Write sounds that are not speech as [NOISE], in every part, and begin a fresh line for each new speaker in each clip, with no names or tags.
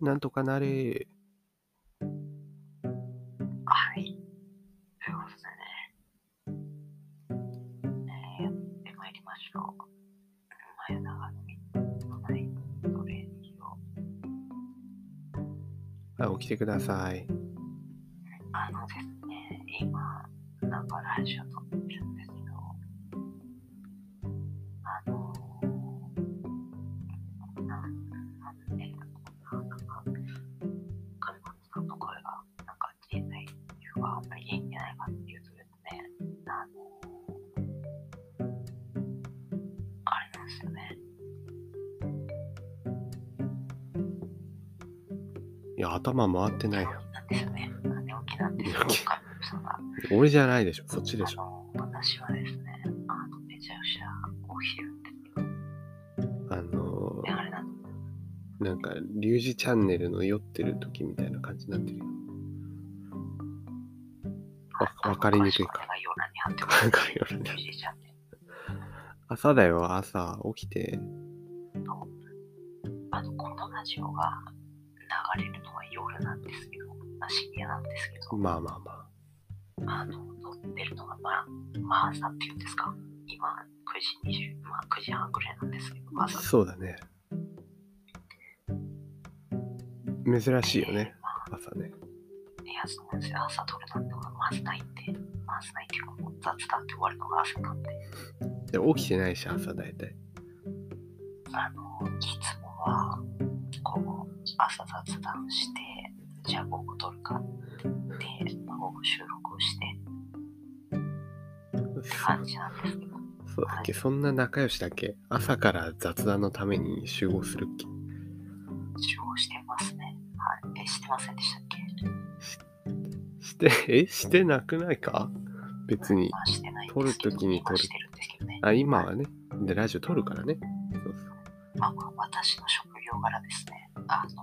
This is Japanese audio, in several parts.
なんとかなれ。
はい。ということでね、えー、やってまいりましょう。真夜中のみっつのないトレーニングを。
あ起きてください。
あのですね、今、なんかラジオ撮ってるんですけど、あのー、なん、なんで、こんな、なんか、神子さんの声が、なんか小さいっていうか、あんまり元気ないかっていうとですね、あのー、あれなんですよね。
いや、頭回ってないよ。
なんですよね。なんで起きなんですよ、
病気
神子さんが。
俺じゃないでしょ。そっちでしょ。
あの私はですね、あの、めちゃくちゃお昼って
あの
で、あれなん
ー、なんか、リュウジチャンネルの酔ってる時みたいな感じになってるよ。わわかりにくいか。わかるよね朝だよ、朝。起きて。
あの、このラジオが流れるのは夜なんですけど、まあ深夜なんですけど、
まあまあま
あの、撮ってるのが、まあ、まあ朝っていうんですか、今9時20、まあ9時半ぐらいなんですけど、まあ
あ。
朝
そうだね。珍しいよね。朝ね。
いや、そうなんですよ。朝撮るなんてのがまずないんで、まずないっていうか、もう雑談って終わるのが朝なんで、
で起きてないし、朝大体。
あの、いつもは、こう、朝雑談して、じゃあ午後撮るかって言って、まあ、午後収録をしてって感じなんですけど、
そうだっけそんな仲良しだっけ朝から雑談のために集合するっけ
集合してますね。はい。え、してませんでしたっけ
して、 [LAUGHS] えしてなくないか別に。
まあ、してないんです
撮
け
る
ど
時に撮る
今してるんですけどね。
あ、今はね。で、ラジオ撮るからね。そうそう
まあまあ、私の職業柄ですね。あのー、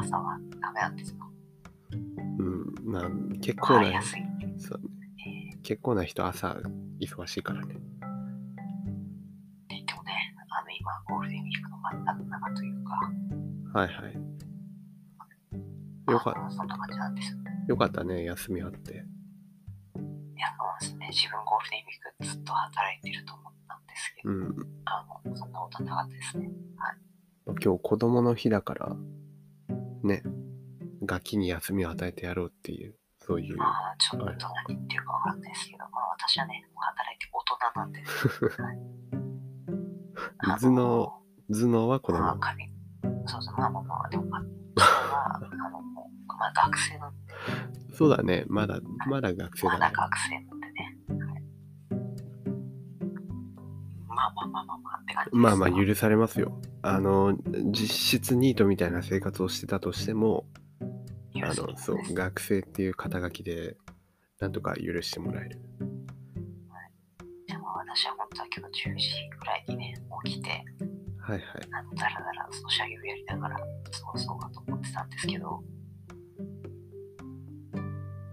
朝はダメなんですよ。
うん、まあ、結構な
早、すぎて。
そう
えー
結構な人朝忙しいからね。
で、今日ね、あの、今、ゴールデンウィークの真った中というか、
はいはい。よか
あのそんな感じなんですよ。
よかったね、休みあって。
いや、そうですね。自分ゴールデンウィークずっと働いてると思ったんですけど、
うん。
あの、そんなことはなかったですね。
今日子供の日だから、ね、ガキに休みを与えてやろうっていう、そういう。
まあ、ちょっと何言ってるかわかんないですけど、まあ、私はね、もう働いて大人なん
[LAUGHS]
で。はい
頭脳、頭脳は子
まあ、
供。
神そうそう、まあまあまあ、でも、まあ、それは、あの、もう、まあ、学生なんで、
そうだね、まだ、まだ学生
ま
だね
だ。学生なんでね。はいまあまあまあまあまあって感じです。
まあまあ許されますよ。あの、実質ニートみたいな生活をしてたとしても、あ
許せるん
の、
です
そう、学生っていう肩書きで、なんとか許してもらえる。
でも私は本当は今日10時ぐらいにね、起きて、
はいはい。
あのだらだらその作業やりながら、そうそうかと思ってたんですけど、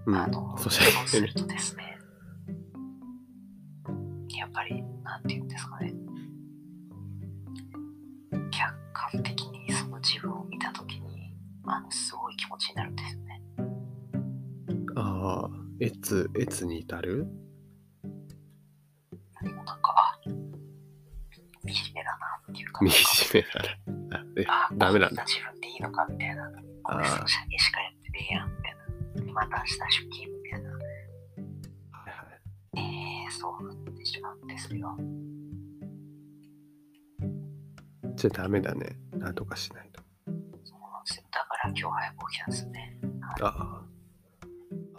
う
あ
ん。
の、
そ
そうう
し
す
て
るとですね、やっぱり、なんて言うんですかね、客観的にその自分を見たときに、あの、すごい気持ちになるんですよね。
ああ、えつ、えつに至る [LAUGHS]
もうなんか、あ、惨めだなっていうか、
惨めなら。え
あ、
ダメなんだ
こんな自分でいいのかみたいな。
あー
これその射撃しかやってねえやんみたいな。また明日出勤みたいな。
はいはい
えー、そうなってしまうんですよ。
じゃあダメだね。なんとかしないと。
そうなんですよ。だから今日早く起きたんですよね。
ああ。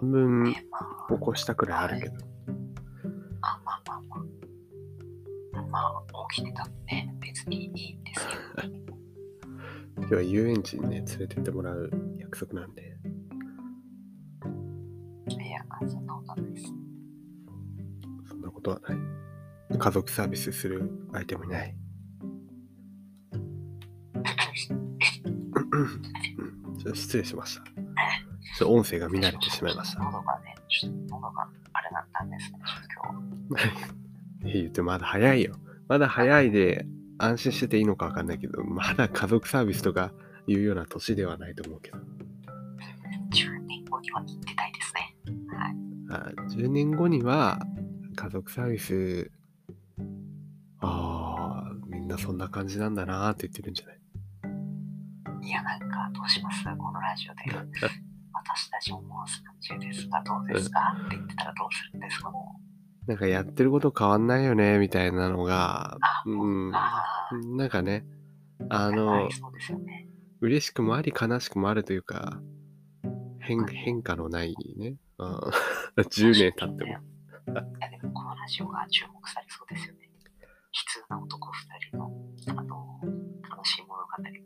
半分
で、まあ、
起こしたくらいあるけど。
あまあまあまあ。まあ、起きてたんで、別にいいんですよ。
今日は遊園地にね、連れてってもらう約束なんで。
いや、そんなことないです。
そんなことはない。家族サービスする相手もいない。うんちょっと失礼しました。ちょっと音声が乱れてしまいました。
喉がね、ちょっと喉があれだったんですね、ちょっと今
え言ってまだ早いよ。まだ早いで安心してていいのかわかんないけど、まだ家族サービスとかいうような年ではないと思うけど。
10年後には行ってたいですね。
あ10年後には家族サービス、ああ、みんなそんな感じなんだなーって言ってるんじゃない
いや、なんか、どうしますこのラジオで。私たちももう30ですが、どうですかって言ってたらどうするんですかもう。
なんかやってること変わんないよね、みたいなのが、うん、
ああ、
なんかね、あ
は
の
い、そうですよね。
嬉しくもあり悲しくもあるというか、変変化のないね、うん [LAUGHS] 10年経っても
いや、。でもこのラジオが注目されそうですよね。悲痛な男2人の、あの、楽しい物語みたいな。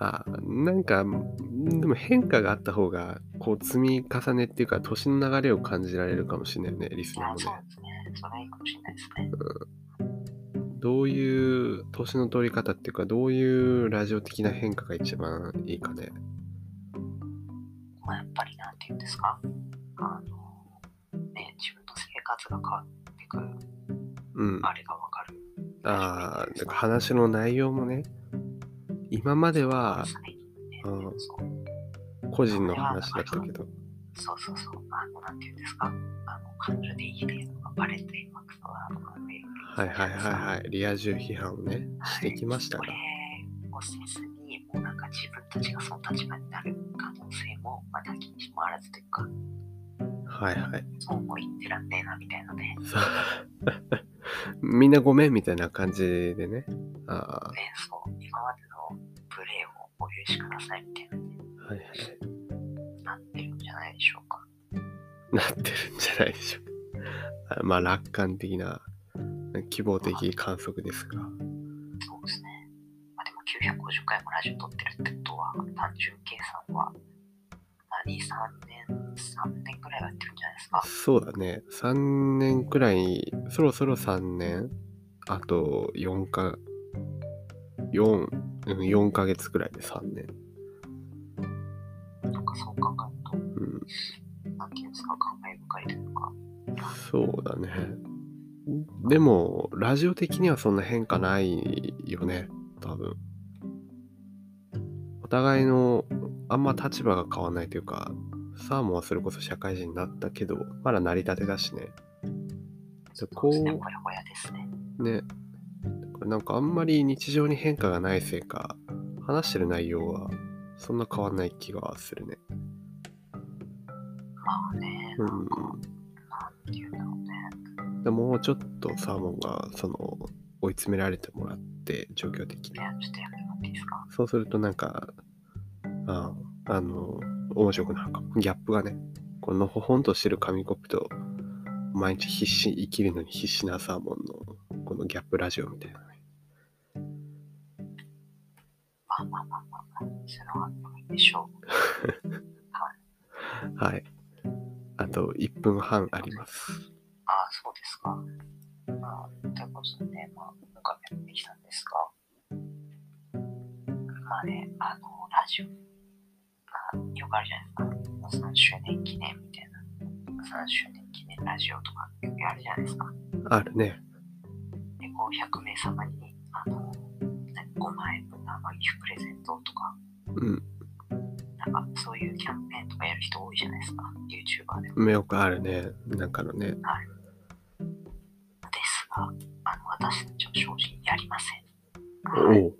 なんか、
あなんかんでも変化があった方がこう積み重ねっていうか年の流れを感じられるかもしれないよねリス
い
ナ
や、
ー
そ
も
う
ね
ですね。それはいいかもしれないですね。
どういう年の取り方っていうかどういうラジオ的な変化が一番いいかね
まあ、やっぱりなんて言うんですか、あの、ね、自分の生活が変わってくる、
うん
あれがわかる。
あーなんか話の内容もね今までは
最近ね
うん
そう
個人の話だったけど
そうそうそう、あの、なんて言うんですか、あの、彼女でいいねとか、バレていまくとか、とかね。
はいはいはいはいリア充批判をねしてきました
こ
が
れをせずに、もうなんか自分たちがその立場になる可能性も、また気にしもあらずというか、
はいはい
そうも言ってらんねえなみたいなね、
そうみんなごめんみたいな感じでねあ
ねそう、今までのプレーをお許しくださいみたいなね、
あはいはい
なってるんじゃないでしょうか。
なってるんじゃないでしょうか。まあ楽観的な希望的観測ですが。
そうですね。まあ、でも950回もラジオ撮ってるってことは、単純計算は、何、3年、3年ぐらいはやってるんじゃないですか。
そうだね。3年くらい、そろそろ3年、あと4か、4、うん4ヶ月くらいで3年。
なんかそう考える
うん、
と、なんていうんですか、感慨深いというか、
そうだね。でも、ラジオ的にはそんな変化ないよね、多分。お互いの、あんま立場が変わんないというか、サーモンはそれこそ社会人になったけど、まだ成り立てだしね。で
そうですね、
こ
ほやほやですね。
う、ね。だからなんかあんまり日常に変化がないせいか、話してる内容はそんな変わんない気がするね。
まあね、
う
なん
ん
か、なんていうんだろうね。
でももうちょっとサーモンが、その、追い詰められてもらって、状況的
い
に。
や、ちょっとやめてもらっていいですか。
そうするとなんか、ああの、面白くなるかも。ギャップがね、このほほんとしてる紙コップと、毎日必死、生きるのに必死なサーモンの、このギャップラジオみたいなね。
まあまあまあまあ、まあ、それは良いでしょう。
はい。あと1分半あります。
ああ、そうですか。まあ、ということでね、まあ、今回もやってきたんですが、まあね、あの、ラジオ、まあ、よくあるじゃないですか。3周年記念みたいな。3周年記念ラジオとか、よくあるじゃないですか。
あるね。
で、こう、100名様に、あの、5万円分の甘いプレゼントとか、
うん。
なんか、そういうキャンペーンとかやる人多いじゃないですか。YouTuber でも。
よくあるね。なんかのね。
ですが、あの、私たちは正直やりません。
おう。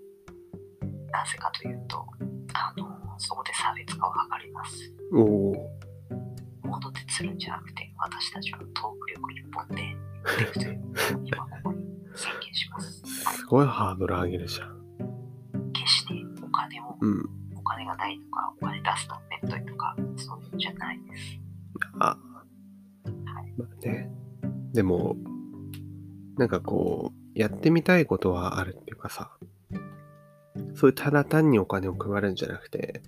なぜかというと、あの、そこで差別化を図ります。
おおう。
戻ってつるんじゃなくて、私たちはトーク力一本でやっていくという、今ここに宣言します。
すごいハードル上げるじゃん。
決してお金を、
うん。
お金がないとか、お金出すのめんどいとか、そういうんじゃないです。
あ、まあね。でも、なんかこう、やってみたいことはあるっていうかさ、そういうただ単にお金を配るんじゃなくて、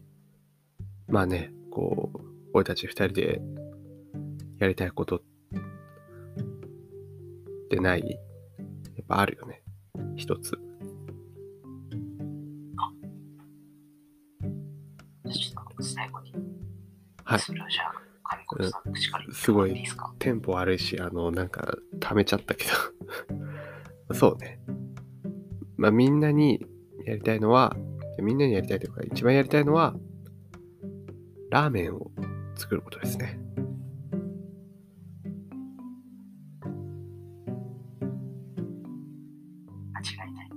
まあね、こう、俺たち二人でやりたいことってないやっぱあるよね。一つ。
ちょっと最後に、
はい
それをじゃあ、神子さんの口から言って
すごい
いいですか
テンポ悪いし、あの、なんか、溜めちゃったけ [LAUGHS] ど。そうね。まあ、みんなにやりたいのは、でみんなにやりたいというか、一番やりたいのは、ラーメンを作ることですね。
間違いない。